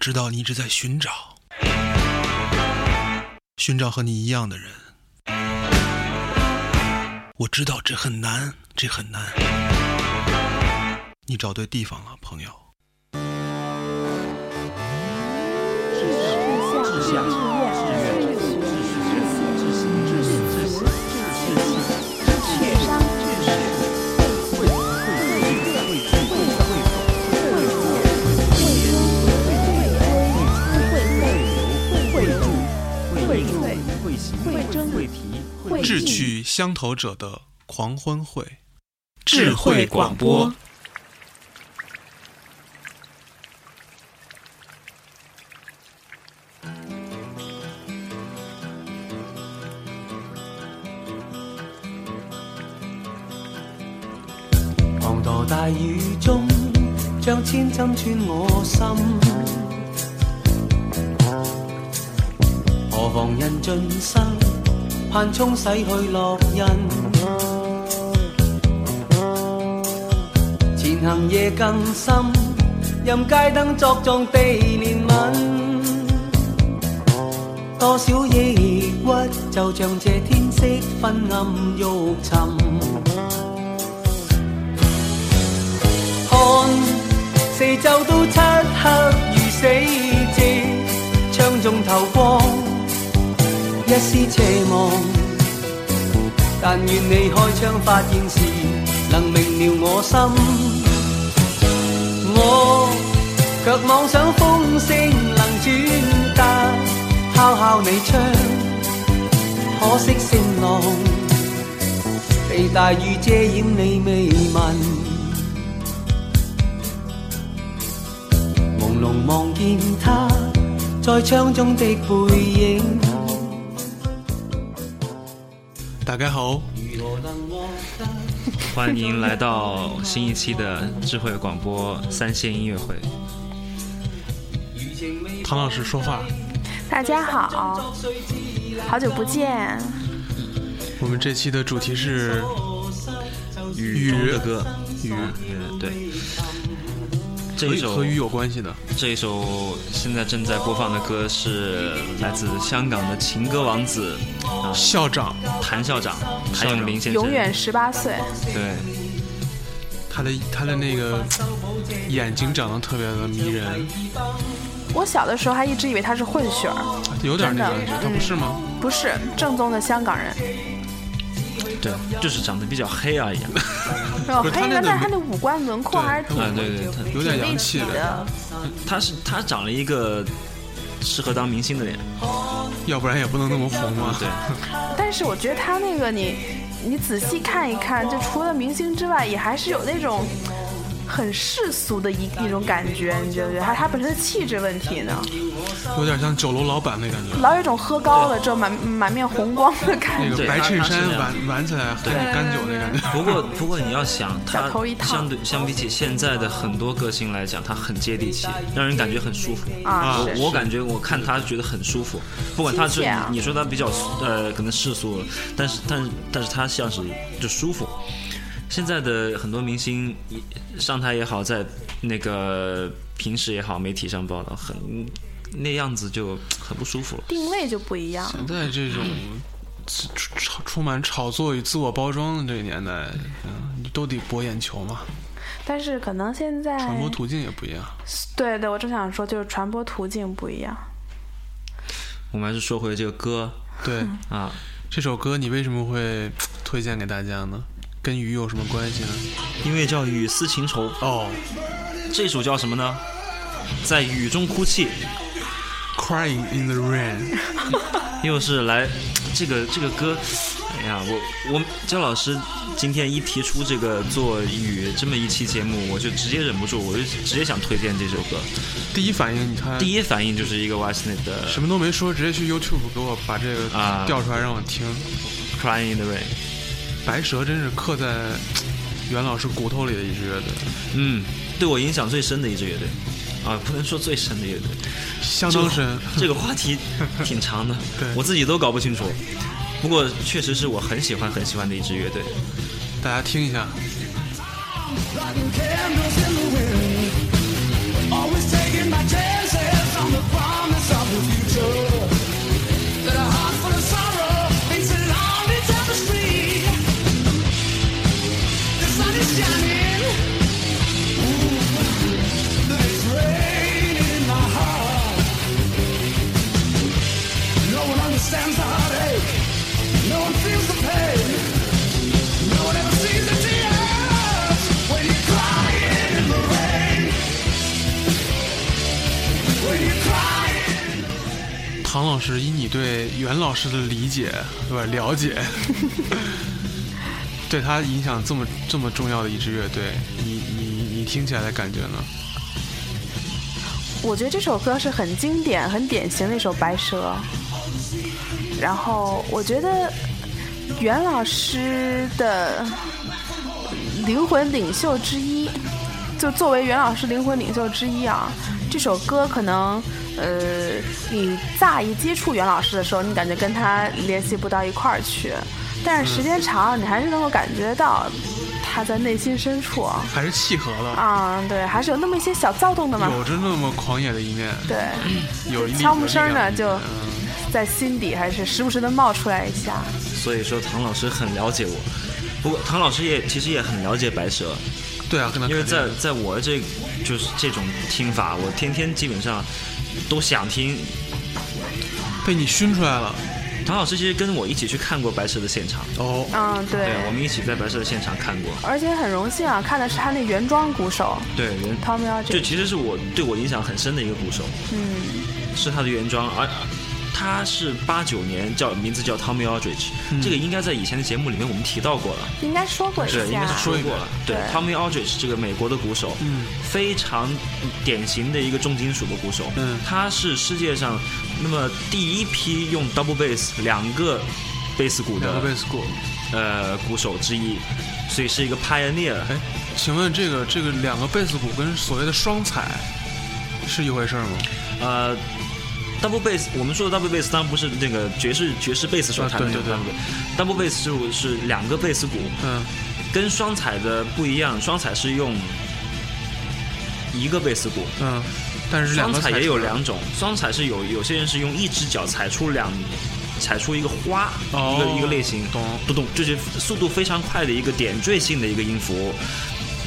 知道你一直在寻找，寻找和你一样的人。我知道这很难，这很难。你找对地方了，朋友。志向、志愿、志愿、志心、志心、志心、志气、志商、志士、会会会聚、会会会会会言、会追、会追、会流、会助、会应、会行、会提、会志趣相投者的狂欢会，智慧广播。滂沱大雨中，像千針穿我心。何妨人盡生，盼沖洗去烙印。前行夜更深，任街燈作狀地憐憫。多少抑鬱，就像這天色昏暗欲沉。看，四周都漆黑如死寂，窗中透光一絲斜望。但願你開窗發現時，能明了我心。我卻妄想風聲能轉達，敲敲你窗，可惜聲浪被大雨遮掩你未聞。朦胧望見他在窗中的背影，大家好，如何能獲得？欢迎您来到新一期的智慧广播三线音乐会。餘情未唐老师说话。大家好，好久不见，我们这期的主题是雨中的歌，雨，嗯，对，这一和首和雨有关系的。这一首现在正在播放的歌是来自香港的情歌王子啊，校长谭校长，谭咏麟先生，永远十八岁，对，他的他的那个眼睛长得特别的迷人，我小的时候还一直以为他是混血儿，有点那感真觉，的他不是吗？不是正宗的香港人。对，就是长得比较黑而已啊，哦，不是他黑那了，个但是他那五官轮廓对还是挺他啊对对，他有点洋气的，的。他是他长了一个适合当明星的脸，要不然也不能那么红嘛。对，但是我觉得他那个你，你仔细看一看，就除了明星之外，也还是有那种很世俗的一一种感觉，你觉不觉得？还他本身的气质问题呢，有点像酒楼老板那感觉，老有一种喝高了之后满满面红光的感那觉。个对白衬他他是衫那样挽挽起来喝点干酒那感觉。不过，不过你要想，小他头一烫相对相比起现在的很多歌星来讲，他很接地气，让人感觉很舒服。啊，是我我感觉我看他觉得很舒服，不管他是亲切啊你说他比较呃可能世俗，但是但是但是他像是就舒服。现在的很多明星上台也好，在那个平时也好，媒体上报道很那样子就很不舒服了。定位就不一样。现在这种充充充满炒作与自我包装的这个年代，嗯，都得博眼球嘛，但是可能现在传播途径也不一样。对对，我正想说，就是传播途径不一样。我们还是说回这个歌对，啊，这首歌你为什么会推荐给大家呢？跟雨有什么关系呢？因为叫《雨丝情愁》，哦、这首叫什么呢？在雨中哭泣。 c r y i n g in the rain，又是来这个这个歌，哎呀，我我焦老师今天一提出这个做雨这么一期节目，我就直接忍不住，我就直接想推荐这首歌。第一反应你看，第一反应就是一个 w a s n e t 的什么都没说，直接去 YouTube 给我把这个啊调出来让我听。 《Crying in the Rain》。白蛇真是刻在袁老师骨头里的一支乐队，嗯，对我影响最深的一支乐队啊，不能说最深的乐队，相这当个深。这个话题挺长的 对，我自己都搞不清楚。不过确实是我很喜欢很喜欢的一支乐队。大家听一下， Riding candles in the wind. Always taking my chances. 唐老师，以你对袁老师的理解，对吧？了解， 对他影响这么这么重要的一支乐队，你你你听起来的感觉呢？我觉得这首歌是很经典、很典型的一首《白蛇》。然后我觉得袁老师的灵魂领袖之一，就作为袁老师灵魂领袖之一啊，这首歌可能呃，你乍一接触袁老师的时候，你感觉跟他联系不到一块儿去，但是时间长了，你还是能够感觉到他在内心深处啊还是契合了，啊，对，还是有那么一些小躁动的嘛，有着那么狂野的一面，对，有一悄无声儿呢一两嗯就在心底还是时不时的冒出来一下。所以说唐老师很了解我。不过唐老师也其实也很了解白蛇，对啊，可能因为在在我这就是这种听法，我天天基本上都想听。被你熏出来了唐老师其实跟我一起去看过白蛇的现场，哦，嗯，对对，我们一起在白蛇的现场看过。而且很荣幸啊，看的是他那原装鼓手对，原 Tommy 就 Aldridge。其实是我对我影响很深的一个鼓手，嗯，是他的原装，而他是八九年叫名字叫 Tommy Aldridge，、这个应该在以前的节目里面我们提到过了。应该说过一是，应该下是。说过了。对对，Tommy Aldridge 这个美国的鼓手，嗯非常典型的一个重金属的鼓手，嗯他是世界上那么第一批用 double bass 两个贝斯鼓两个贝的斯鼓。呃鼓手之一，所以是一个 pioneer。哎，请问这个这个两个贝斯鼓跟所谓的双踩是一回事儿吗？呃，double bass，我们说的 double bass 当然不是那个爵士爵士贝斯手啊弹的那对种 double bass，double bass 是是两个贝斯鼓，嗯，跟双踩的不一样，双踩是用一个贝斯鼓，嗯，但是两双个踩踩也有出来两种，双踩是有有些人是用一只脚踩出两，踩出一个花，哦一个一个类型，懂不懂？就是速度非常快的一个点缀性的一个音符，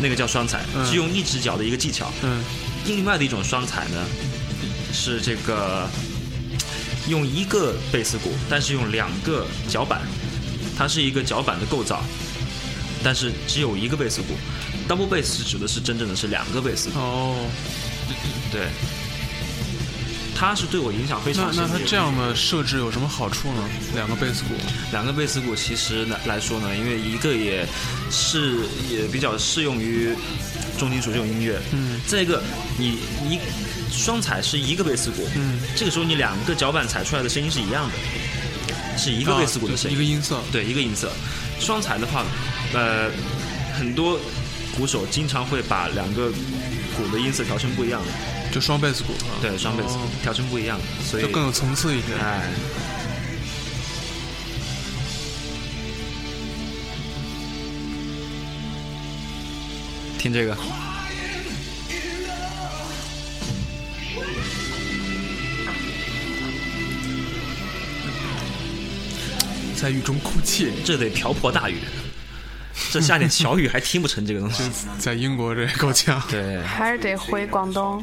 那个叫双踩，嗯是用一只脚的一个技巧。嗯另外的一种双踩呢，是这个用一个贝斯鼓，但是用两个脚板，它是一个脚板的构造，但是只有一个贝斯鼓。double bass 是指的是真正的是两个贝斯鼓。哦，对，他是对我影响非那常深那的。它这样的设置有什么好处呢？两个贝斯鼓，两个贝斯鼓其实来来说呢，因为一个也是也比较适用于重金属这种音乐，嗯再一个你你双踩是一个贝斯鼓，嗯，这个时候你两个脚板踩出来的声音是一样的，是一个贝斯鼓的啊声一音，个音色，对，一个音色。双踩的话，呃，很多鼓手经常会把两个鼓的音色调成不一样的，就双贝斯鼓是吧，对，双贝斯啊哦调成不一样的，所以就更有层次一些。哎。听这个，在雨中哭泣，这得瓢泼大雨，这下点小雨还听不成这个东西。在英国这够呛， 对，还是得回广 东，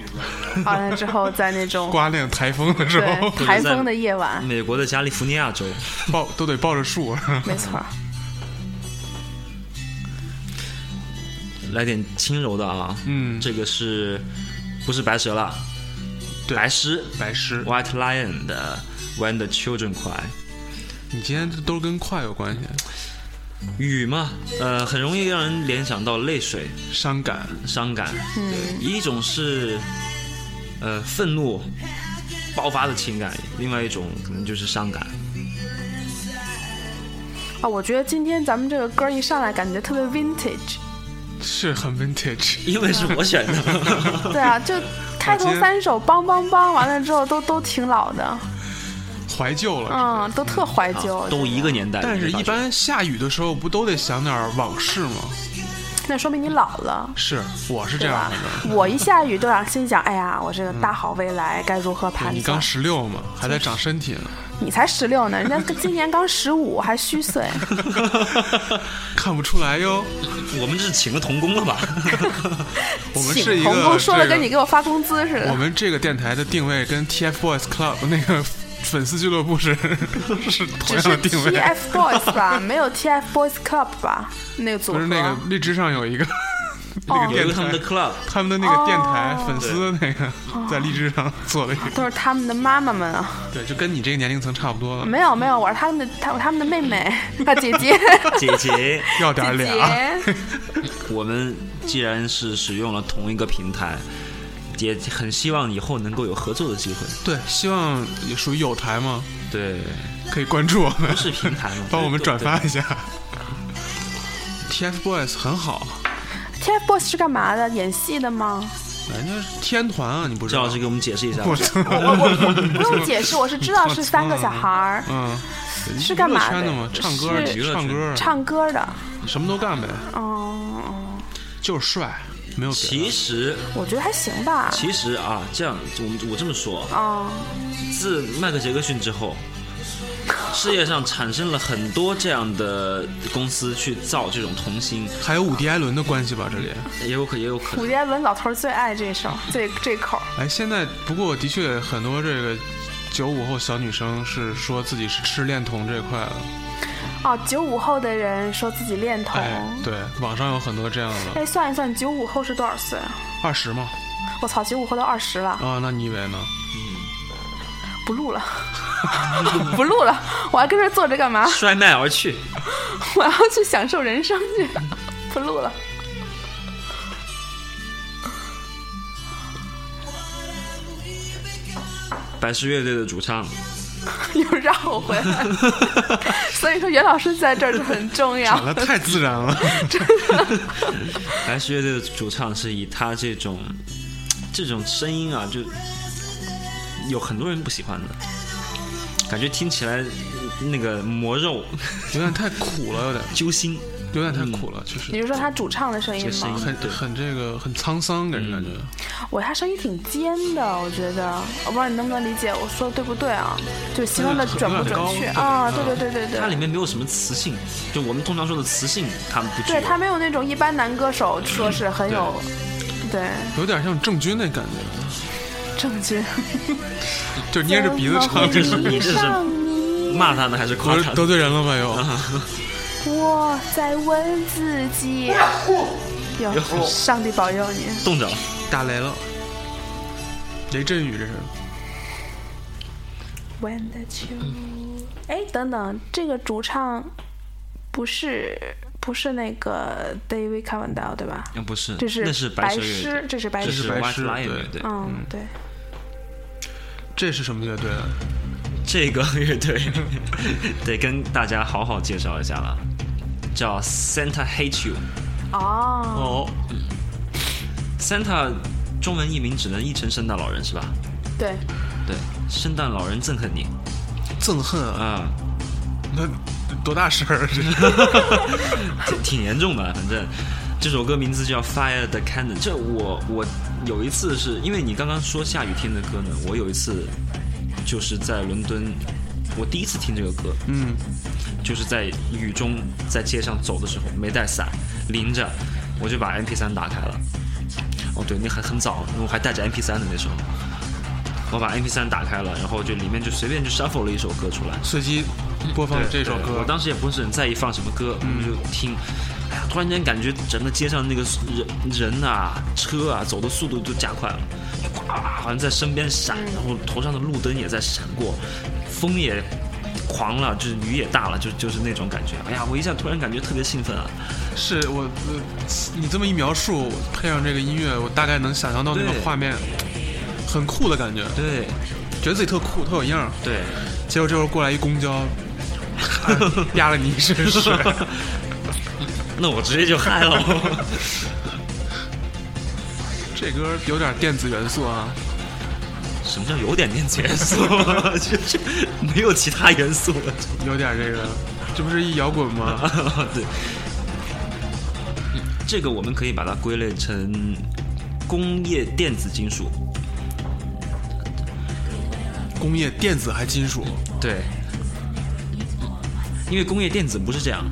完了之后在那种刮那个台风的时对候，台风的夜晚，美国的加利福尼亚州，抱都得抱着树。啊嗯没错啊儿。来点轻柔的啊。嗯这个是不是白蛇了？对白狮白狮， （White Lion） 的《When the Children Cry》。你今天都跟快有关系，雨嘛，呃，很容易让人联想到泪水，伤感，伤感，对一种是呃愤怒爆发的情感，另外一种可能就是伤感。啊，我觉得今天咱们这个歌一上来，感觉特别 vintage。是很 vintage。因为是我选 的，对啊，就开头我今天三首梆梆梆，完了之后都都挺老的，怀旧了。嗯，都特怀旧。 都一个年代。但是，你发一觉般下雨的时候不都得想点儿往事吗？那说明你老了。是，我是这对样吧的。？我一下雨就想心想，哎呀，我这个大好未来该如何盘嗯你算刚？十六嘛，还在长身体呢。你才十六呢，人家今年刚十五，还虚岁。看不出来哟。我们这是请了童工 了吧？ 我们请是一童个工说的跟你这给我发工资似个我的。们这个电台的定位跟 TFBOYS Club 那个粉丝俱乐部是是同只样是的定位， TFBOYS 吧， 没有 TFBOYS Club 吧？那个组不合。是那个荔枝上有一个那哦个有一电个台他们 的 club，他们的那个电台粉丝那个哦在荔枝上做了一个，都是他们的妈妈们啊，对，就跟你这个年龄层差不多了，没有没有，我是他们的他他们的妹妹 啊姐姐姐姐，要点儿姐俩。姐，我们既然是使用了同一个平台，也很希望以后能够有合作的机会。对，希望也属于有台嘛，对，可以关注我们，不，是平台嘛帮我们转发一下。TFBOYS 很好， TFBOYS 是干嘛的？演戏的吗？人家是天团啊，你不知郑道老？师给我们解释一下吧。我操！不用解释，我是知道是三个小孩儿，嗯，是干嘛娱乐圈的的嘛，唱歌，是唱歌，唱歌的。什么都干呗，哦，就是帅，没有别其的。实，我觉得还行吧。其实啊，这样我我这么说，啊哦，自迈克杰克逊之后， 世界上产生了很多这样的公司去造这种童星，还有伍迪·艾伦的关系吧，这里。也有可也有伍可能。迪·艾伦老头儿最爱这首这这口儿。哎，现在不过的确很多这个九五后小女生是说自己是吃恋童这块了。哦，九五后的人说自己恋童。哎，对，网上有很多这样的，哎，算一算，九五后是多少岁啊？二十嘛，我操，九五后都二十了，啊，那你以为呢？不录了，不录了，我还跟这儿坐着干 嘛？摔麦而去，我要去享受人生去，不录了。白石乐队的主 唱又绕回来。所以说，袁老师在这儿就很重要讲。的太自然 了，白石乐队的主唱是以他这种这种声音啊，就有很多人不喜欢的，感觉听起来那个磨肉有点太苦了，有点，揪心，有点太苦了，确实你，是说他主唱的声音这声吗音？很嗯对嗯很这个很沧桑，给人感觉。我他声音挺尖的，我觉得，我不知道你能不能理解我说的对不对啊？就形容的准不准确有点高啊？对对对对对它里对，面没有什么磁性，就我们通常说的磁性，他们不具对有。他没有那种一般男歌手说是很有，对有点像郑钧那感觉，郑钧。就捏着鼻子唱这这是 是。你这是上你，骂他呢还是夸得 他呢？得罪人了吧嗯又？我在问自 己。哟，上帝保佑你！冻着了。打雷了，雷阵雨这是。 When the c h i l 哎，等等，这个主唱不是不是那个 David Coverdale 对吧？嗯，不是，这是那是白蛇乐狮队，，这是白这狮。白白狮乐对队。对嗯，对，这是什么乐队啊？这个乐队 得跟大家好好介绍一下了，叫 Santa Hate You。哦，哦， Santa 中文译名只能译成圣诞老人是吧？对，对，圣诞老人憎恨你憎恨啊！啊、那多大事儿啊？这是挺挺严重的，反正。这首歌名字叫《Fire the Cannon》，这我我有一次是因为你刚刚说下雨天的歌呢，我有一次就是在伦敦，我第一次听这个歌，嗯，就是在雨中在街上走的时候没带伞，淋着，我就把 MP 3打开了。哦，对，那还很早，我还带着 MP 3的那时候，我把 MP 3打开了，然后就里面就随便就 shuffle 了一首歌出来。随机播放这对首对歌嗯我。当时也不是很在意放什么歌，我就听。哎呀，突然间感觉整个街上那个人人啊、车啊走的速度都加快了，哗，好像在身边闪，嗯然后头上的路灯也在闪过，风也狂了，就是雨也大了，就就是那种感觉。哎呀，我一下突然感觉特别兴奋啊！是我，呃你这么一描述，配上这个音乐，我大概能想象到那个对画面，很酷的感觉，对觉得自己特酷，特有样儿。对，结果这会儿过来一公交， 哎压了你一身水。那我直接就嗨了。 这歌有点电子元素啊，什么叫有点电子元素？ 就是没有其他元素了。有点这个，这不是一摇滚吗？ 对，嗯这个我们可以把它归类成工业电子金属。工业电子还金属，对，因为工业电子不是这样，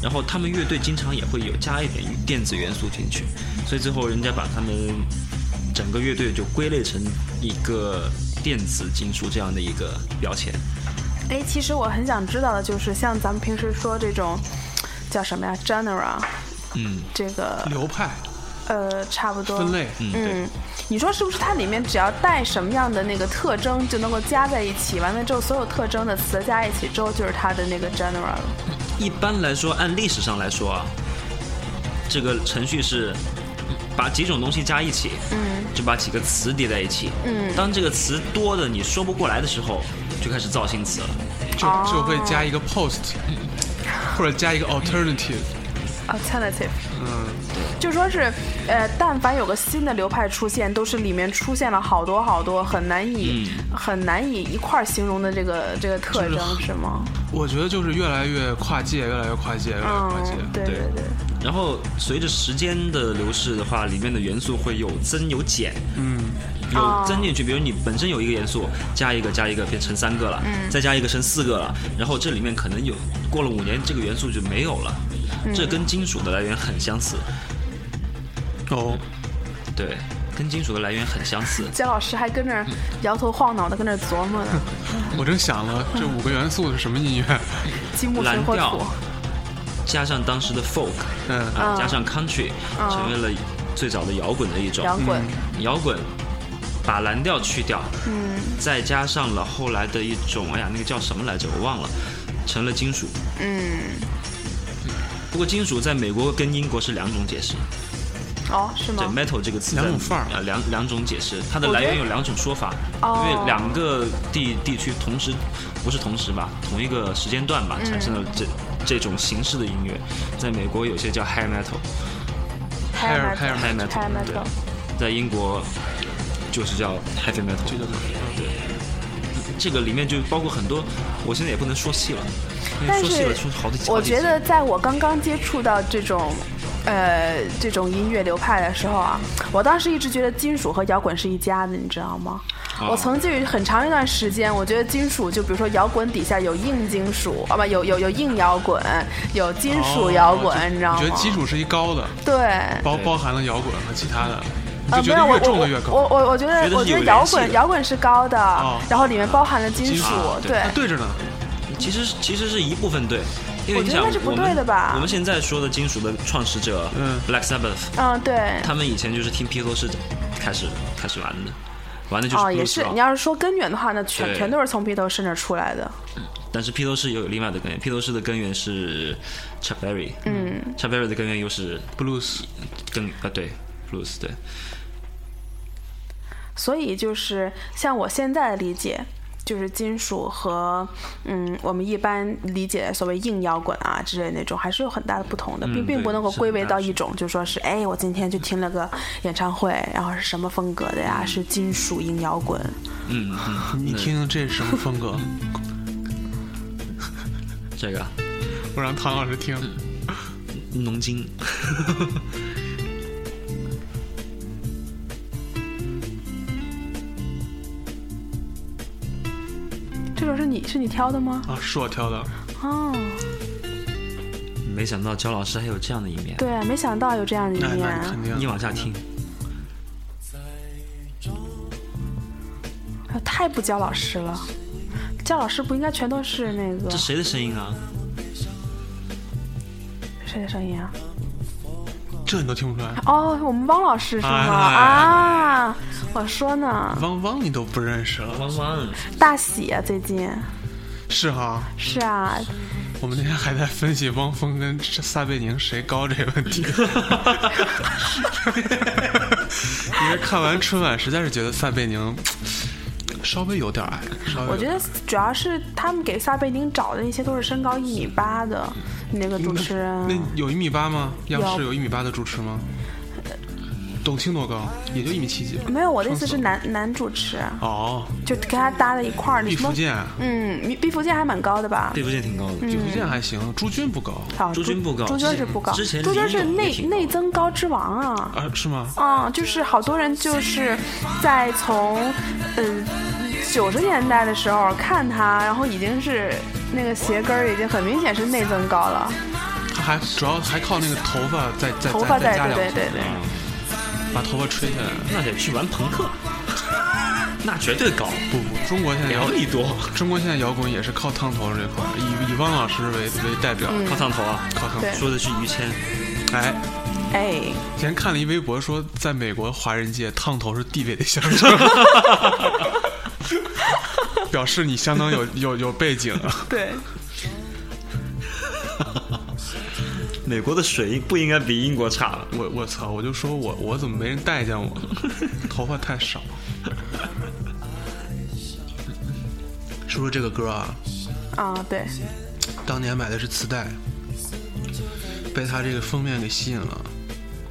然后他们乐队经常也会有加一点电子元素进去，所以最后人家把他们整个乐队就归类成一个电子金属这样的一个标签。哎，其实我很想知道的就是，像咱们平时说这种叫什么呀，genre，嗯，这个流派呃，差不多分类，嗯，对，嗯，你说是不是它里面只要带什么样的那个特征就能够加在一起？完了之后，所有特征的词加一起之后，就是它的那个 general 了。一般来说，按历史上来说啊，这个程序是把几种东西加一起，嗯，就把几个词叠在一起，嗯当这个词多的你说不过来的时候，就开始造新词了。就哦就会加一个 post，或者加一个 alternative， alternative，嗯，就说是，呃，但凡有个新的流派出现，都是里面出现了好多好多很难以、很难以一块儿形容的这个这个特征，是吗？我觉得就是越来越跨界，越来越跨界，越来越嗯跨界。，对对对。然后随着时间的流逝的话，里面的元素会有增有减，嗯，哦有增进去。比如你本身有一个元素，加一个加一个变成三个了，嗯再加一个成四个了。然后这里面可能有过了五年，这个元素就没有了。嗯这跟金属的来源很相似，哦，对，跟金属的来源很相似。姜老师还跟那儿摇头晃脑的，跟那儿琢磨呢，我正想了，这五个元素是什么音乐？ 金木水蓝火调土。加上当时的 folk，嗯，啊、加上 country，、成为了最早的摇滚的一嗯种。摇滚，摇滚，把蓝调去掉，嗯，再加上了后来的一种，哎呀，那个叫什么来着，我忘了，成了金属。嗯，不过金属在美国跟英国是两种解释，哦，是吗对？metal 这个词在两种范儿呃，两两种解释，它的来源有两种说法，哦因为两个地地区同时不是同时吧，同一个时间段嗯吧，产生了这、这种形式的音乐，在美国有些叫 high metal， Hair hair metal，hair metal， hair 对 metal，在英国就是叫 heavy metal，这个这个里面就包括很多，我现在也不能说细了，因但为说细了是出好几。我觉好得在我刚刚接触到这种，呃，这种音乐流派的时候啊，我当时一直觉得金属和摇滚是一家的，你知道吗？哦我曾经有很长一段时间，我觉得金属就比如说摇滚底下有硬金属啊，不有有有硬摇滚，有金属摇滚，哦你知道吗？就你觉得基础是一高的，对，包对包含了摇滚和其他的，你呃，就没觉有得我越重的越我高。我我觉觉得得是我觉有得联摇系滚的摇滚是高的，哦然后里面包含了金金属属，啊对对那对着呢，其实其实是一部分对，因为我你觉得想那是不我们对的吧我们现在说的金属的创始者，嗯，Black Sabbath，嗯，对，他们以前就是听披头士开始开始玩的，玩的就是哦，也 blues 是。 rock 你要是说根源的话，那全对全都是从披头士那儿出来的。但是披头士又有另外的根源，披头士的根源是 Chuck Berry，嗯，Chuck Berry 的根源又是 blues 跟啊对 blues 对，所以就是像我现在的理解，就是金属和嗯我们一般理解所谓硬摇滚啊之类那种，还是有很大的不同的，并并嗯对不能够是归很为大到的一种，就说是哎，我今天去听了个演唱会，然后是什么风格的呀？是金属硬摇滚。嗯嗯， 你听听这是什么风格？这个 我让唐老师听。农经，这首是你是你挑的吗？啊，是我挑的，哦，没想到焦老师还有这样的一面，对，啊没想到有这样的一哎那面那。肯定你往下听。哎呦太不教老师了，教老师不应该全都是那个这谁的声音啊？谁的声音啊？这你都听不出来，哦，我们汪老师是吗？哎啊，哎我说呢，汪汪你都不认识了，汪汪，大喜啊，最近是哈？是啊，我们那天还在分析汪峰跟撒贝宁谁高这个问 题，因为看完春晚，实在是觉得撒贝宁稍微有点矮，稍微有我觉点得主要是他们给撒贝宁找的那些都是身高一米八的那个主持那人，有一米八吗？央视有有一米八的主持吗？董卿多高？也就一米七几。没有，我的意思是男男主持，哦，就跟他搭在一块儿，那毕什福么，剑，嗯，毕毕福剑还蛮高的吧？毕福剑挺高的，毕嗯福剑还行，朱军不高啊，朱军不高朱之军前是不高，之前朱军林是勇也内挺高内增高之王啊。啊？是吗？啊，就是好多人就是在从嗯、九十年代的时候看他，然后已经是那个鞋跟儿已经很明显是内增高了，他还主要还靠那个头发再再头发再在加两对对头对嗯把头发吹起来。那得去玩朋克，那绝对高，不不，中国现在摇两米多，中国现在摇滚也是靠烫头这块儿，以以汪老师为为代嗯表，靠烫头啊！靠烫头对。说的是于谦，哎，哎，前看了一微博说，在美国华人界，烫头是地位的象 征，表示你相当有有有背景啊。对，美国的水不应该比英国差吧？我我操！我就说我我怎么没人待见我呢？头发太少。说说这个歌啊，啊对，当年买的是磁带，被他这个封面给吸引了。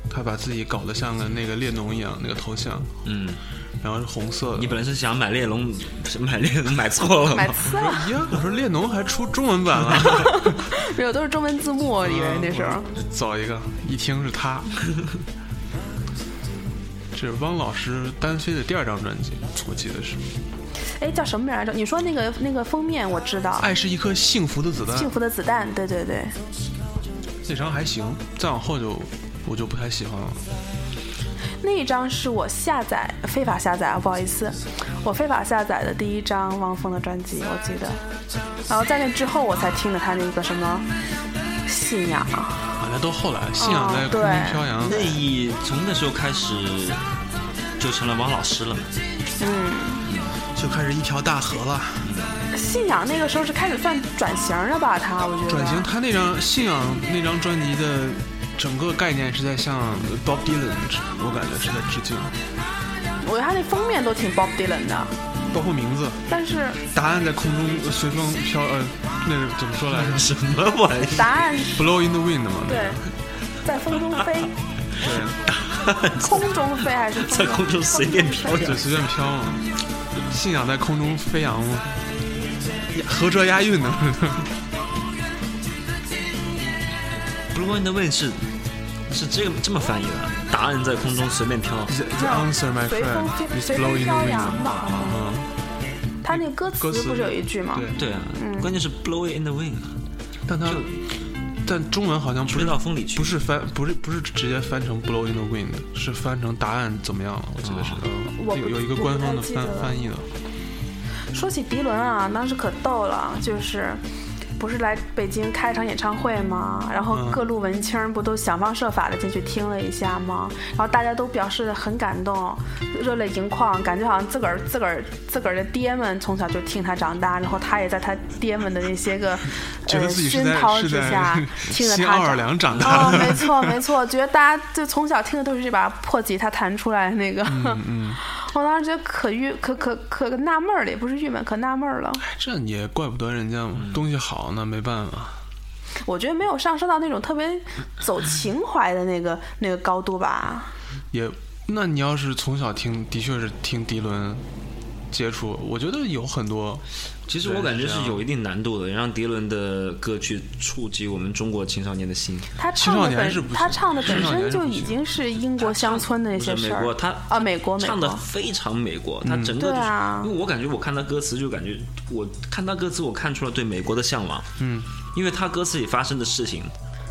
他把自己搞得像个那个列侬一样，那个头像，嗯，然后是红色的。你本来是想买猎龙，是买猎龙买错了买吗？次了， 一哎样，我说列侬还出中文版了，没有都是中文字幕， 嗯我以为那时候找一个，一听是他。 这是汪老师单飞的第二张专辑，我记得是《哎叫什么名儿来着？你说那个那个封面我知道，爱是一颗幸福的子弹》幸，福的子弹，对对对，那张还行，再往后就我就不太喜欢了。那一张是我下载非法下载啊，不好意思，我非法下载的第一张汪峰的专辑，我记得。然后在那之后，我才听了他那个什么信仰，啊，那都后来，信仰在哦空对中飘扬那，一从那时候开始就成了王老师了嘛？就开始一条大河了。信仰那个时候是开始算转型了吧？他我觉得转型，他那张信仰那张专辑的整个概念是在向 Bob Dylan，我感觉是在致敬，我觉得他那封面都挺 Bob Dylan 的，包括名字。但是答案在空中随风飘，呃，那是怎么说来着 什么玩意？答案？Blow in the wind 嘛。对，在风中飞，对，空中飞还是风 在空中随便飘空中飞着就随便飘嘛。信仰在空中飞扬嘛，合辙押韵呢。 Blue in the wind 是是这这么翻译的，答案在空中随便飘。嗯 The the answer, my 随风 friend, 飞 is 随 blow 风 in the 飘 wind 扬。吧，好像嗯，他那个歌歌词词不是有一句吗？对，对啊，嗯关键是 blow it in the wind，但他但中文好像不吹是到风里去。不是翻不是不是直接翻成 blow in the wind，是翻成答案怎么样了？我记得是我嗯不有有一个我不官方的太记得翻了翻译的。说起迪伦啊，当时可逗了，就是不是来北京开场演唱会吗？然后嗯各路文青儿不都想方设法的进去听了一下吗？然后大家都表示很感动，热泪盈眶，感觉好像自个儿自个儿自个儿的爹们从小就听他长大，然后他也在他爹们的那些个觉得呃自己是熏在陶是之在下，听着新他奥尔长良长大哦，的，没错没错，觉得大家就从小听的都是这把破吉他弹出来的那个，嗯我当时觉得可郁可可可纳闷儿了，也不是郁闷，可纳闷儿了。这也怪不得人家嘛，东西好那没办法。我觉得没有上升到那种特别走情怀的那个那个高度吧。也，那你要是从小听，的确是听迪伦接触，我觉得有很多其实我感觉是有一定难度的，让迪伦的歌去触及我们中国青少年的心。他青唱少的年是不本行他唱的本青少年身是不就行已经是英国乡村的那不是些美事儿。国，他啊，美国美唱的国，非常美国，他整个就是、对啊因为我感觉我看他歌词就感觉我看他歌词我看出了对美国的向往，嗯，因为他歌词里发生的事情。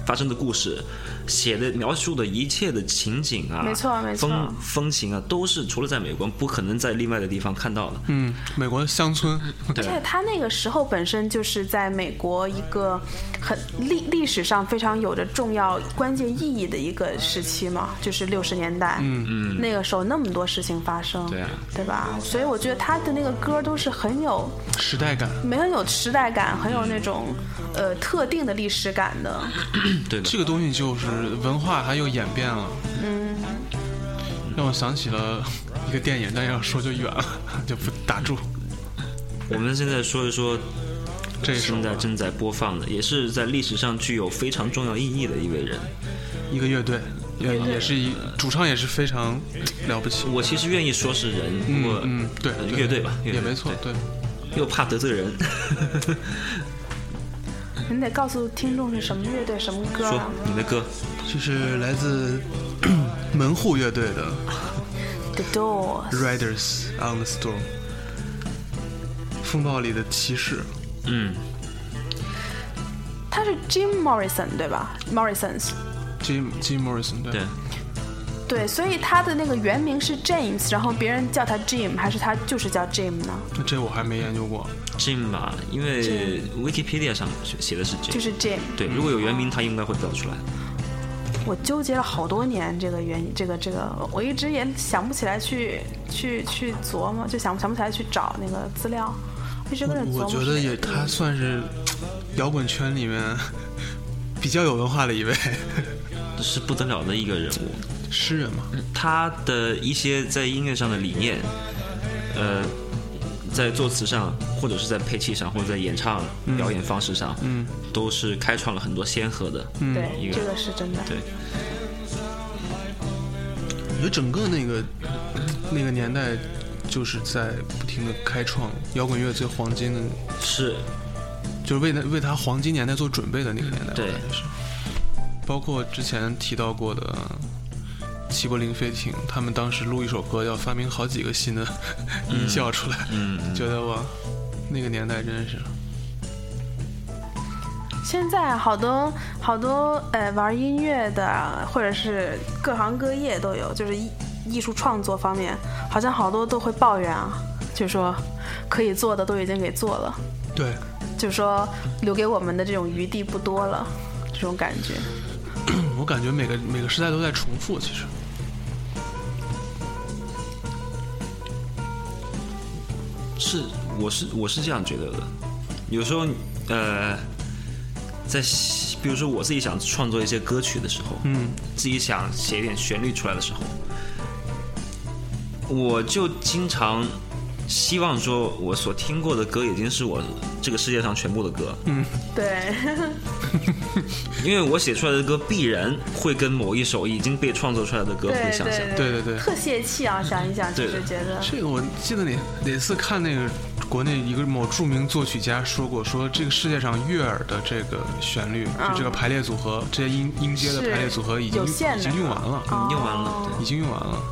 发生的故事，写的描述的一切的情景啊，没错没错风风情啊，都是除了在美国不可能在另外的地方看到的。嗯，美国乡村，而且他那个时候本身就是在美国一个很历历史上非常有着重要关键意义的一个时期嘛，就是六十年代，嗯嗯，那个时候那么多事情发生，对啊对吧？所以我觉得他的那个歌都是很有时代感。没很有时代感，很有那种呃特定的历史感的。对的这，个东西就是文化，它又演变了。嗯，让我想起了一个电影，但要说就远了， 就不打住。我们现在说一说这首现在正在播放的，也是在历史上具有非常重要意义的一位人。一个乐队，也也是一主唱也是非常了不起。我其实愿意说是人，不嗯过嗯，对呃，对乐队吧乐也队没错，对。又怕得罪人，你得告诉听众是什么乐队、什么歌说啊？你的歌这是来 自门户乐队的 The Doors。 Riders on the Storm。风暴里的骑士，嗯，他是 Jim Morrison 对吧？Morrisons Jim Jim Morrison 对对，对，所以他的那个原名是 James，然后别人叫他 Jim，还是他就是叫 Jim 呢？那这我还没研究过。 Jim 吧，因为 Wikipedia 上写写的是 Jim，就是 Jim。对，嗯如果有原名，他应该会标出来。我纠结了好多年这个原因，这个这个，我一直也想不起来去去去琢磨，就想想不起来去找那个资料，一直跟着琢磨。我觉得也，他算是摇滚圈里面比较有文化的一位是不得了的一个人物，诗人嗯嘛。他的一些在音乐上的理念，呃，在作词上，或者是在配器上，或者在演唱、表演方式上，嗯，都是开创了很多先河的。嗯，一对，个这个是真的。对，我觉得整个那个那个年代，就是在不停的开创摇滚乐最黄金的，是就是为他为他黄金年代做准备的那个年代。对我感觉是。包括之前提到过的齐柏林飞艇，他们当时录一首歌要发明好几个新的 音效出来，嗯觉得哇，那个年代真是。现在好多好多呃玩音乐的，或者是各行各业都有，就是艺艺术创作方面，好像好多都会抱怨啊，就说可以做的都已经给做了，对，就说留给我们的这种余地不多了，这种感觉。我感觉每个每个时代都在重复，其实。是，我是我是这样觉得的。有时候，呃，在比如说我自己想创作一些歌曲的时候，嗯，自己想写一点旋律出来的时候，我就经常希望说，我所听过的歌已经是我这个世界上全部的歌，对，因为我写出来的歌必然会跟某一首已经被创作出来的歌会对相像。对对对特泄气啊！想一想，就对的是觉得这个我记得哪哪次看那个国内一个某著名作曲家说过，说这个世界上悦耳的这个旋律，就这个排列组合，这些音音阶的嗯是排列组合已经有限已的哦经用完了，你用完了，已经用完了。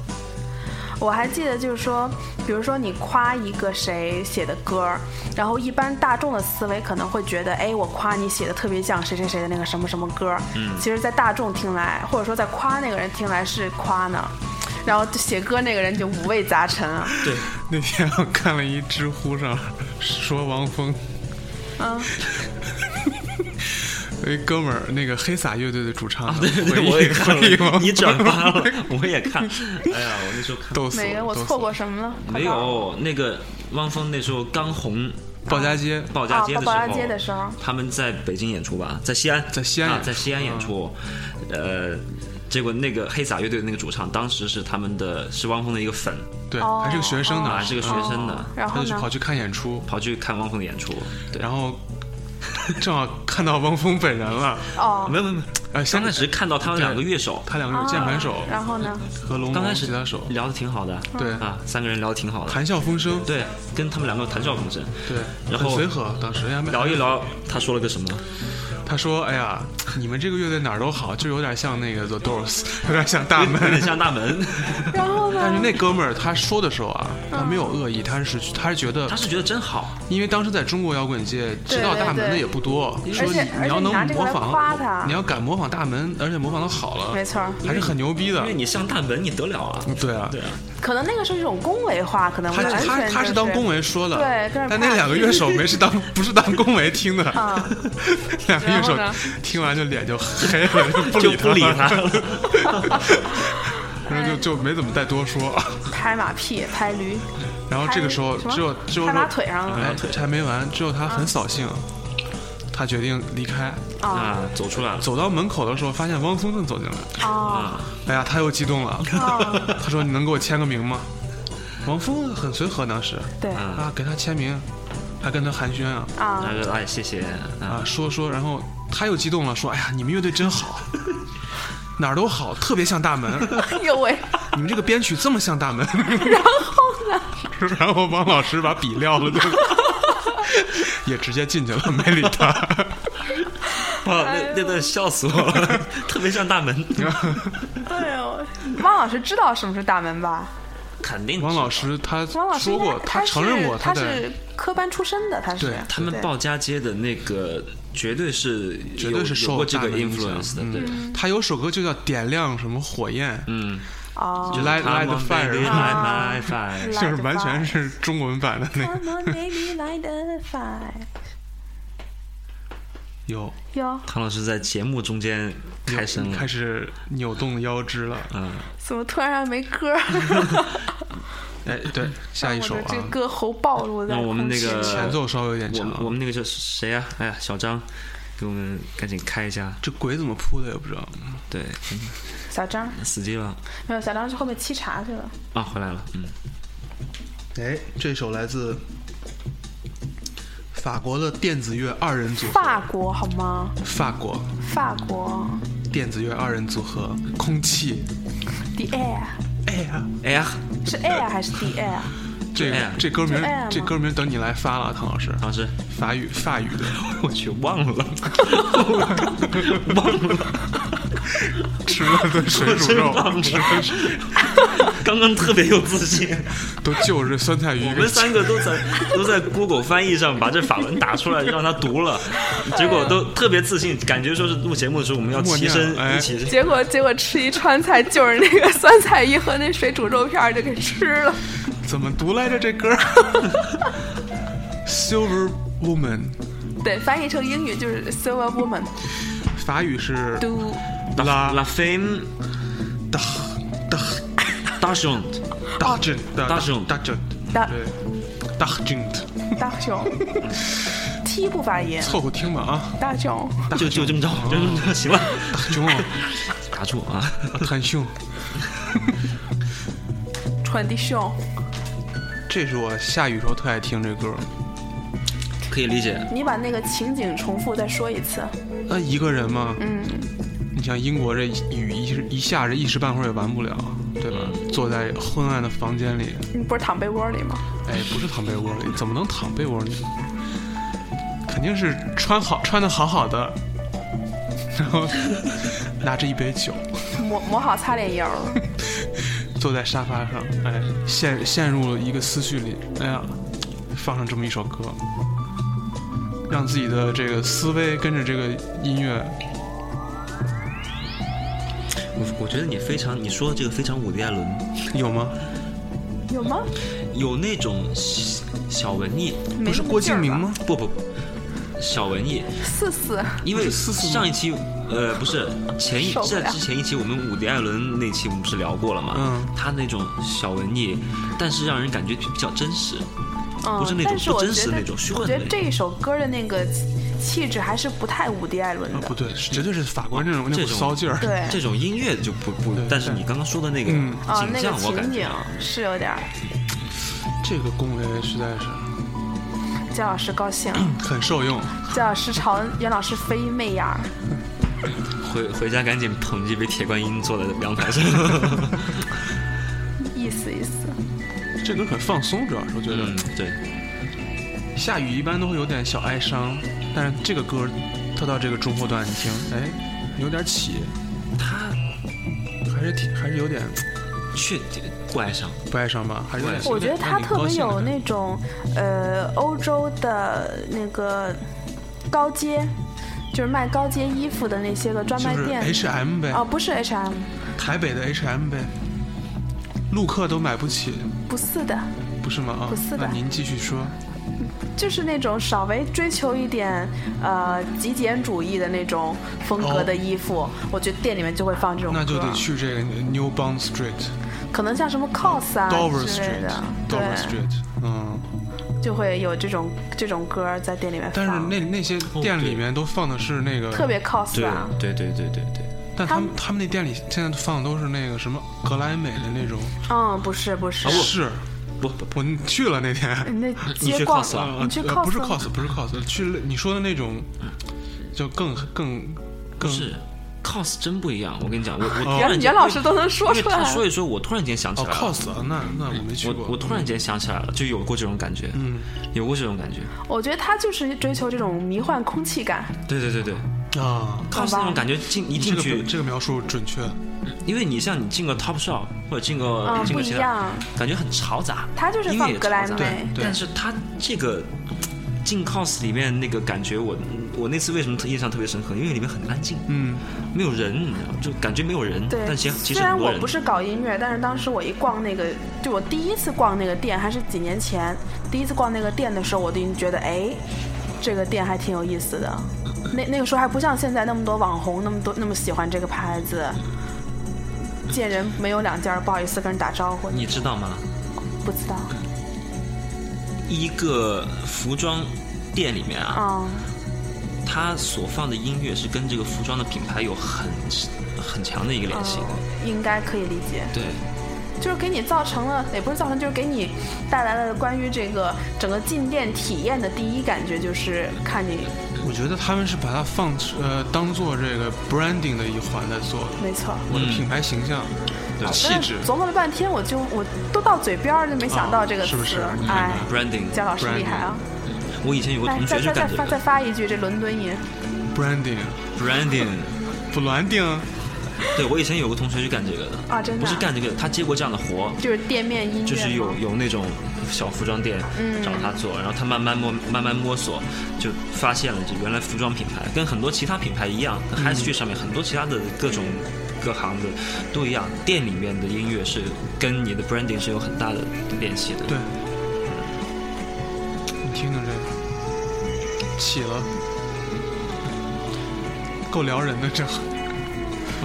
我还记得，就是说，比如说你夸一个谁写的歌儿，然后一般大众的思维可能会觉得，哎，我夸你写的特别像谁谁谁的那个什么什么歌儿。嗯，其实，在大众听来，或者说在夸那个人听来是夸 呢，然后写歌那个人就五味杂陈啊。对对， 那天我看了一知乎上说王峰，嗯， 有一哥们儿，那个黑撒乐队的主唱，对对回忆哦 我也看回忆了，王你峰转发了，我也看。哎呀，我那时候看 逗死哪个我我了，过错过什么了？快没告诉我有那个汪峰那时候刚红鲍家街，鲍家街的时候，啊鲍家街的时候他们在北京演出吧，在西安，在西安啊演，出嗯在西安演出，呃。结果那个黑撒乐队的那个主唱，当时是他们的，是汪峰的一个粉，对，哦还是个学生呢，啊，是个学生的，然他后就去呢跑？去看演出，跑去看汪峰的演出，对，然后正好看到汪峰本人了，哦，没有没有没有，呃，先刚开始看到他们两个乐手，他两个是键盘手然 后呢？和龙刚龙开始嗯吉他手，聊的挺好的，对，啊，三个人聊的挺好的，谈笑风生，对，跟他们两个谈笑风生，对，然很后随和，当时人家没聊一，聊，他说了个 什么？他说：“哎呀，你们这个乐队哪儿都好，就有点像那个 The Doors，有 点像大有点门。像大门，然后”呢？ 但是那哥们儿他说的时候啊，他没有恶意，他是他是觉得嗯他，是觉得真好，因为当时在中国摇滚界知道大门的也不多，说而且你要能而且你拿这个模来夸他仿，你要敢模仿大门，而且模仿的好没了，错儿，还是很牛逼的因为。你上大门，你得了啊，对啊，对啊，可能那个是一种恭维话，可能他完全他他就是当恭维说的，对跟着但那两个乐手没是当不是当恭维听的，啊，两个乐手然后呢听完就脸就黑了，就不就理他，不理他了。然后就就没怎么再多说。拍马屁，拍驴。然后这个时候什么只有只有拍马说，腿上了哎，这还没完，只有他很扫兴，他决定离开。啊啊，走出来了走到门口的时候，发现汪松正走进来，啊啊！哎呀，他又激动了，啊！ 他说：“你能给我签个名吗？”王峰很随和，当时对 啊啊，给他签名，还跟他寒暄啊。啊，他说：“哎，谢谢啊，啊，说说，然后他又激动了，说：“哎呀，你们乐队真好， 哪儿都好，特别像大门， 哎呦喂，你们这个编曲这么像大门。”然后呢？ 然后王老师把笔撂了，对吧 也直接进去了，没理他。哇，哦那那段笑死我了， 嗯特别像大门。哎呦，汪老师知道什么是大门吧？肯定王是老的师他王老师说过应该，他承认过他是在是科班出身的，他是对他们对报家街的那个绝对是绝有对是有受过这大个的影响 influence 的，对，嗯，他有首歌就叫《点亮什么火焰》，嗯，哦，就 Light Light the Light Fire， my 啊 fire，就是啊完全是中文版的那个。 Come on, baby, light the fire。有哟，唐老师在节目中间开声了开，始扭动腰肢了。嗯，怎么突然没歌儿？哎，对，下一首 我的这啊，歌喉暴露在那我们空那气个里前奏稍微有点我们长。我们那个叫谁呀？哎呀，小张，给我们赶紧开一下，这鬼怎么铺的也不知道。对，小张死机了没有，小张去后面沏茶去了。啊，回来了，嗯，哎，这首来自法国的电子乐二人组合，法国好吗？法国法国电子乐二人组合，空气。 The Air 哎呀，哎呀，是 Air 还是 The Air？这哎个呀啊这歌名就哎呀，这歌名等你来发了，唐老师。唐老师， 法语法语的，我去忘了，吃了顿水煮 肉，吃了刚刚特别有自信，都就着酸菜鱼我给们三个都在都在 Google 翻译上把这法文打出来，让他读了，结果都特别自信，感觉说是录节目的时候我们要默齐念声哎一起结果结果吃一川菜就是那个酸菜鱼和那水煮肉片儿就给吃了。怎么读来着这 歌？Silver Woman，对，翻译成英语就是 Silver Woman 法语是 Do。 La La Femme Da Da d a s h o n Da Jun Da Dagent Da Jun 大对 Da Jun，大熊 ，T 不发音，凑合听吧啊大熊就就这么着，就这么着，行了， Da Jun 哦 打住啊！很凶。传递熊，这是我下雨时候特爱听这歌，可以理解，你把那个情景重复再说一次。那一个人嘛，嗯，你像英国这雨一时一下这一时半会儿也完不了，对吧？坐在昏暗的房间里，你不是躺被窝里吗？哎，不是躺被窝里，怎么能躺被窝里？肯定是穿好穿的好好的，然后 拿着一杯酒，抹抹好擦脸油，坐在沙发上，哎，陷陷入了一个思绪里，哎呀，放上这么一首歌，让自己的这个思维跟着这个音乐，我我觉得你非常，你说的这个非常伍迪·艾伦，有吗？有吗？有那种小小文艺，没不是那么郭劲儿敬明吧？吗？不不不，小文艺，四四，因为不是四四吗上一期呃不是前一受不在了之前一期我们伍迪·艾伦那期我们不是聊过了嘛？嗯，他那种小文艺，但是让人感觉比较真实，嗯，不是那种但是我不真实觉得那种虚幻我的觉那得种这一首歌的那个气气质还是不太伍迪·艾伦啊，的不。对，是绝对是法国那种那这股种骚劲儿，对，这种音乐就不不对，但是你刚刚说的那个嗯啊，景那个象，我感情觉景是有点儿，这个恭维实在是焦老师高兴，很受用。焦老师朝袁老师飞媚眼儿。回回家赶紧捧一杯铁观音坐在阳台 上。意思意思，这歌很放松，主要是我觉得、嗯，对，下雨一般都会有点小哀伤，但是这个歌，它到这个中后段你听，哎，有点起，他还是挺还是有点确不爱上，不哀伤吧，还是有点我觉得他特别有让你那种呃欧洲的那个高阶，就是卖高阶衣服的那些个专卖高兴的店感觉就是 H M 呗，哦，不是 H&M，台北的 H M 呗，陆客都买不起，不是的，不是吗？啊，不是那的您继续说，就是那种稍微追求一点呃极简主义的那种风格的衣服，我觉得店里面就会放这种歌，哦那就得去这个 New Bond Street、可能像什么 cos 啊 Dover 之类 Street 的，、 Dover 对， Street，嗯。就会有这种这种歌在店里面放，但是那那些店里面都放的是那个，特别 cos 啊，对对对对对，但他们他们那店里现在放的都是那个什么格莱美的那种，嗯，不是不是。是不不不，我去了那天，哎你那你街去逛 cos 啊嗯你去呃 cos 不是吗 cos 不是 cos，去了你说的那种，就更更不更是，cos 真不一样。我跟你讲，我我哦突然袁间袁老师都能因说为出他来，说一说，我突然间想起哦来了。 cos 啊，那那我没去我过，我突然间想起来了，就有过这种感觉，嗯，有过这种感觉。我觉得他就是追求这种迷幻空气感，对对对对，啊，他是那种感觉进一进这个去，这个描述准确，因为你像你进个 Top Shop 或者进个、嗯进不个一其样他，感觉很嘈杂，他就是音乐放也格嘈莱杂美对但是他这个进 cos 里面那个感觉我，我那次为什么印象特别深刻？因为里面很安静，嗯，没有人，你知道吗就感觉没有人，对，但其实其虽实然很多我人不。是搞音乐，但是当时我一逛那个，就我第一次逛那个店，还是几年前，第一次逛那个店的时候，我就已经觉得，哎，这个店还挺有意思的。那那个时候还不像现在那么多网红，那么多那么喜欢这个牌子。见人没有两件儿，不好意思跟人打招呼。你知道吗？不知道？一个服装店里面啊，嗯，它所放的音乐是跟这个服装的品牌有很很强的一个联系。嗯应该可以理解。对，就是给你造成了，也不是造成，就是给你带来了关于这个整个进店体验的第一感觉，就是看你，我觉得他们是把它放呃当做这个 branding 的一环在做的，没错。我的嗯品牌形象、对气质但是琢磨了半天，我就我都到嘴边儿就没想到这个啊词，是不是你看哎看， branding，姜老师厉害啊！我以前有个哎，同再学再再就干这发再个发一句这伦敦音， branding branding。不乱定，对我以前有个同学就干这个的啊真的啊不是干这个，他接过这样的活，就是店面音乐嘛，就是有有那种小服装店嗯找他做，然后他慢慢摸慢慢摸索，就发现了这原来服装品牌跟很多其他品牌一样，跟 High Street 上面很多其他的各种各行的都一样，店里面的音乐是跟你的 branding 是有很大的联系的。对，你听听这个，起了，够撩人的这。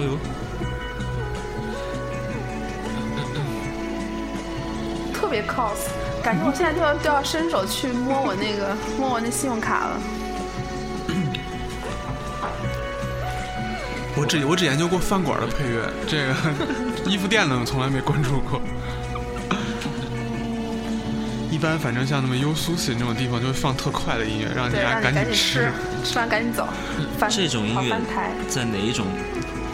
哎呦，特别 cos，感觉我现在都要都要伸手去摸我那个摸我那信用卡了。我只我只研究过饭馆的配乐，这 个衣服店的我从来没关注过。一般反正像那么优苏西那种地方，就会放特快的音乐，让你对，让家你赶紧吃吃。，吃完赶紧走，翻这种音好乐翻台。在哪一种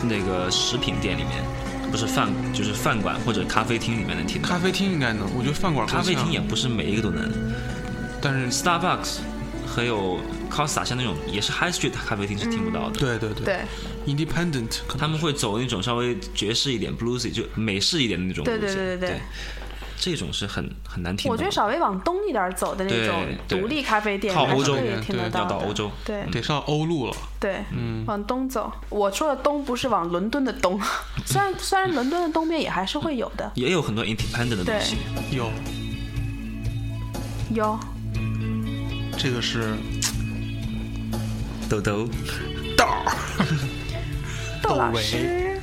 那个食品店里面，不是饭就是饭馆或者咖啡厅里面能听到咖？啡厅应啊该能，我觉得饭馆更咖啡像厅也，不是每一个都能。但是 Starbucks 还有 Costa 像那种也是 High Street 咖啡厅是听不到的。对对对对 i n d e p e n d e n t 他们会走那种稍微爵士一点、bluesy 就美式一点的那种路对对线。对对对对，这种是很很难听的。我觉得稍微往东一点走的那种对对独立咖啡店，靠还欧是洲可以听得对到要到的欧洲嗯对得上欧陆了。对，嗯，往东走。我说的东不是往伦敦的东，啊 虽然虽然伦敦的东边也还是会有的，也有很多 independent 的东西，有有这个是豆豆道儿。窦窦老唯师，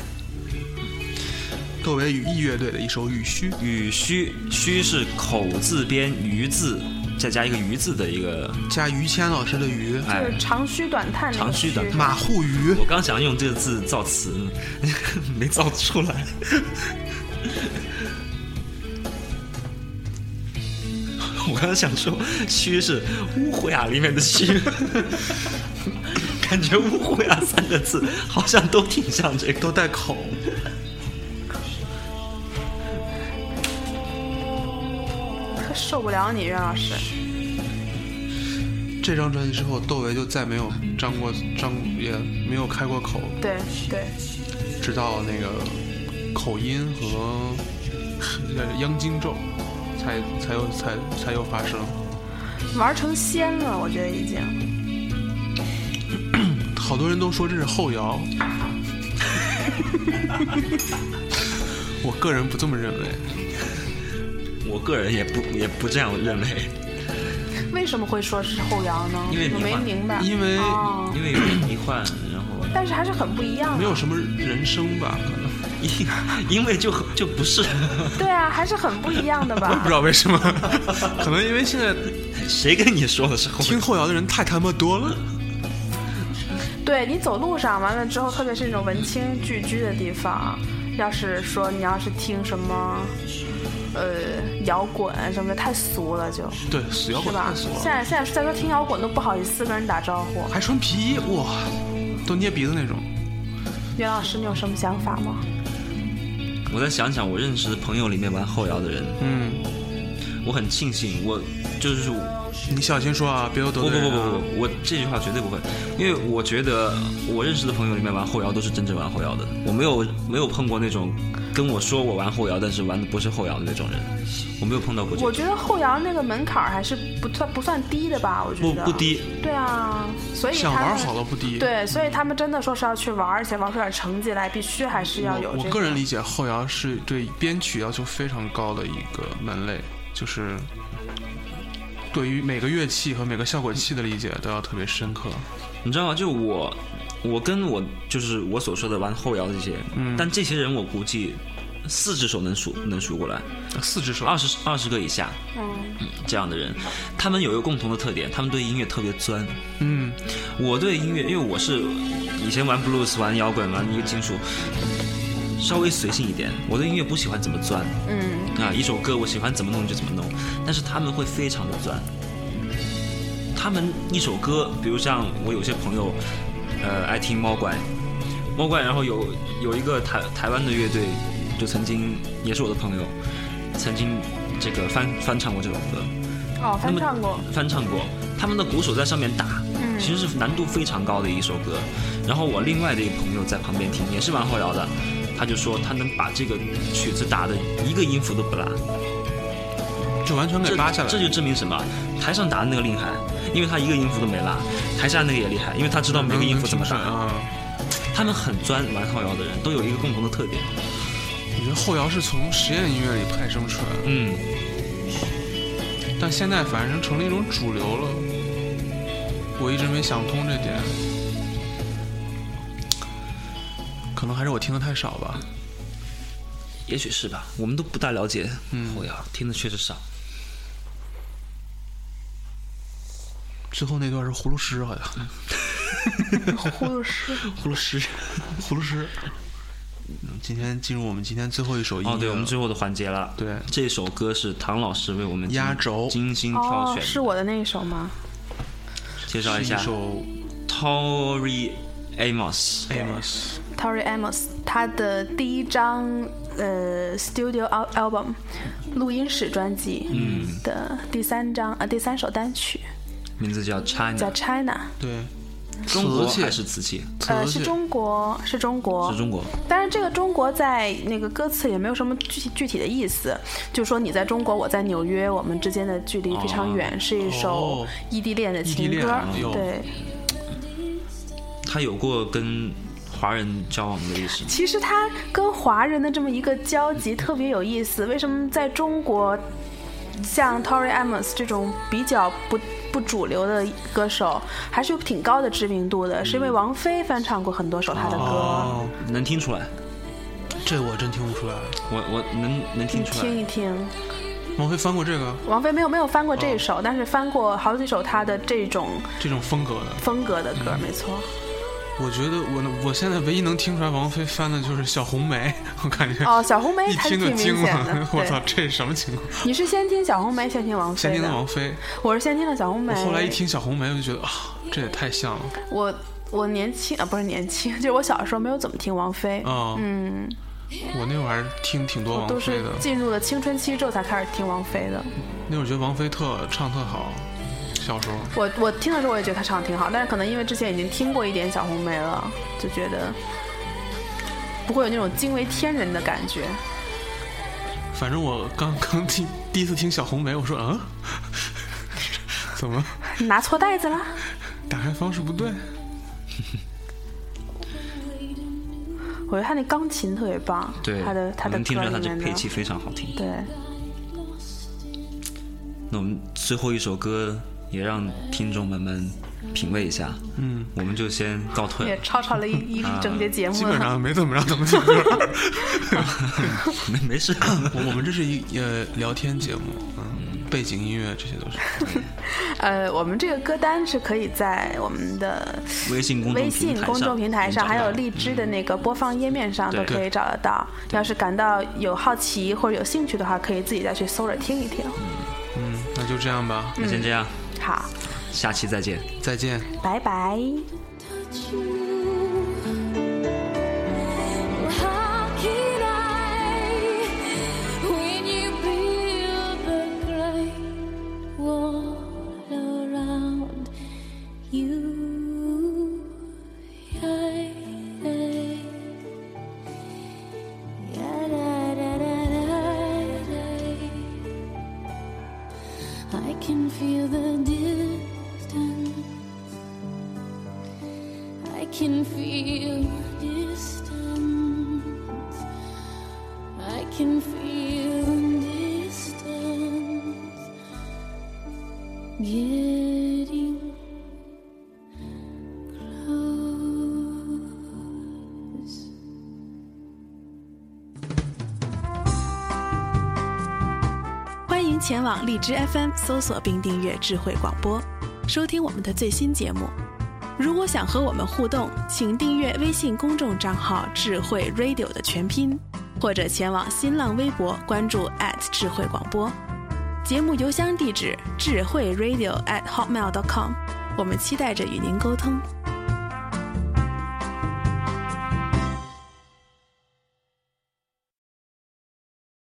窦唯与义乐队的一首《雨虚》，与虚虚是口字边鱼字，再加一个鱼字的一个加于谦老师的鱼，就哎是。长吁短叹那个长吁短吁马户鱼我刚想用这个字造词， 没造出来。我刚想说“虚”是乌虎雅里面的“虚”，感觉“乌虎雅”三个字好像都挺像这个。都带口。可受不了你，袁老师。这张专辑之后，窦唯就再没有张过张，也没有开过口，对对，直到那个口音和呃央金咒，才才又才才又发生，玩成仙了，我觉得已经。好多人都说这是后摇， 我个人不这么认为，我个人也不也不这样认为，为什么会说是后摇呢？因为我迷没幻明白。因为哦因为有点迷幻，然后但是还是很不一样没的。有什么人声吧，可能因因为就就不是对啊，还是很不一样的我也不 吧知？道为什么，可能因为现在谁跟你说的是后听后摇的人太他妈多了。对你走路上完了之后，特别是那种文青聚居的地方，要是说你要是听什么，呃，摇滚什么的，太俗了就，对，死摇是滚吧太？俗现了，在现在再说听摇滚都不好意思跟人打招呼。还穿皮衣，哇，都捏鼻子那种。袁老师，你有什么想法吗？我再想想，我认识的朋友里面玩后摇的人，嗯，我很庆幸，我就是你小心说啊，别又得不罪不不人不啊。不，我这句话绝对不会，因为我觉得我认识的朋友里面玩后摇都是真正玩后摇的，我没有没有碰过那种跟我说我玩后摇，但是玩的不是后摇的那种人，我没有碰到过这我种。觉得后摇那个门槛儿还是不算不算低的吧？我觉不得不。低，对啊，所以想他玩们好了不低。对，所以他们真的说是要去玩，而且玩出点成绩来，必须还是要有我这我个人理解，后摇是对编曲要求非常高的一个门类，就是对于每个乐器和每个效果器的理解都要特别深刻。你知道吗？就我，我跟我就是我所说的玩后摇的这些，嗯，但这些人我估计四只手能数能数过来，四只手二十二十个以下，嗯，这样的人，他们有一个共同的特点，他们对音乐特别钻。嗯，我对音乐，因为我是以前玩 blues、玩摇滚、玩一个金属，稍微随性一点。我对音乐不喜欢怎么钻，嗯，啊，一首歌我喜欢怎么弄就怎么弄，但是他们会非常的钻。他们一首歌，比如像我有些朋友，呃，爱听猫怪，猫怪，然后有有一个台台湾的乐队，就曾经也是我的朋友，曾经这个翻翻唱过这首歌，哦，那翻么 唱过，翻唱过，他们的鼓手在上面打，其实是难度非常高的一首歌。然后我另外的一个朋友在旁边听，也是玩后摇的，他就说他能把这个曲子打的一个音符都不落，就完全给这扒下来这就证明什么？台上打的那个厉害，因为他一个音符都没落；台下那个也厉害，因为他知道嗯每个音符怎么打打。啊？他们很钻玩后摇的人都有一个共同的特点，我觉得后摇是从实验音乐里派生出来的，嗯，但现在反正成了一种主流了。我一直没想通这点，可能还是我听的太少吧。也许是吧。我们都不大了解嗯后摇，听的确实少。之后那段是葫芦丝，好像呼噜师，葫 芦丝。葫芦丝。嗯今天进入我们今天最后一首音乐哦，对，我们了最后的环节了。对这首歌是唐老师为我们精压轴精心挑哦选，的。是我的那一首吗？介绍一是下一首哎 Tori Amos。 Amos， Tori Amos 他的第一张呃 Studio al- Album 录音室专辑嗯的第三张呃第三首单曲名字叫嗯 China，叫 China，对，中国瓷器还是瓷器？呃瓷是器中国是中国是中国。但是这个中国在那个歌词也没有什么具体具体的意思，就说你在中国，我在纽约，我们之间的距离非常远，是一首哦异地恋的异地情恋歌哎。呦对，他有过跟华人交往的历史吗？其实它跟华人的这么一个交集特别有意思。为什么在中国，像 Tori Amos 这种比较不不主流的歌手，还是有挺高的知名度的？是因为王菲翻唱过很多首她的歌。哦，能听出来，这我真听不出来。我我能能你听出听来。一听，王菲翻过这个王菲没有没有翻过这首，但是翻过好几首她的这种这种风格的，风格的歌，没错。我觉得我我现在唯一能听出来王菲翻的就是《小红梅》， 我感觉哦，小红梅一还是听就挺明惊显了 的。。我操，对，这什么情况？你是先听小红梅，先听王先菲听的的。王菲，我是先听了小红梅我，后来一听《小红梅》，我就觉得啊，这也太像了我我年轻啊，不是年轻， 就是我小时候没有怎么听王菲，啊。嗯，我那会儿还是听挺多我都王菲是哦的，进入了青春期之后才开始听王菲的。那会儿觉得王菲特唱特好，小时候。我我听的时候我也觉得她唱得挺好，但是可能因为之前已经听过一点小红梅了，就觉得不会有那种惊为天人的感觉。反正我刚刚听第一次听《小红梅》，我说嗯， 怎么拿错袋子啦？打开方式不对？我觉得她那钢琴特别棒，对，她的她的能听出歌来里他面这的配器非常好听。对，那我们最后一首歌也让听众们们品味一下。嗯，我们就先告退也。超超了一一整节节目 啊基本了。上没怎么让他们听歌。 没没事， 我我们这是一呃聊天节目，嗯，背景音乐这些都是。呃，我们这个歌单是可以在我们的微信公微众平台信上，嗯公众平台上，能找还有到荔枝的那个播放页面上都对可以找得到。要是感到有好奇或者有兴趣的话，可以自己再去搜着听一听。嗯，那就这样吧，那先这样，好，下期再见。再见。拜拜。 How can I when you build the clay? I can feel the distance. I can feel the distance. I can feel the distance. Getting close. “欢迎前往荔枝 FM 搜索并订阅智慧广播，收听我们的最新节目。如果想和我们互动，请订阅微信公众账号“智慧 Radio” 的全拼，或者前往新浪微博关注智慧广播。节目邮箱地址：智慧 Radio at hotmail.com。我们期待着与您沟通。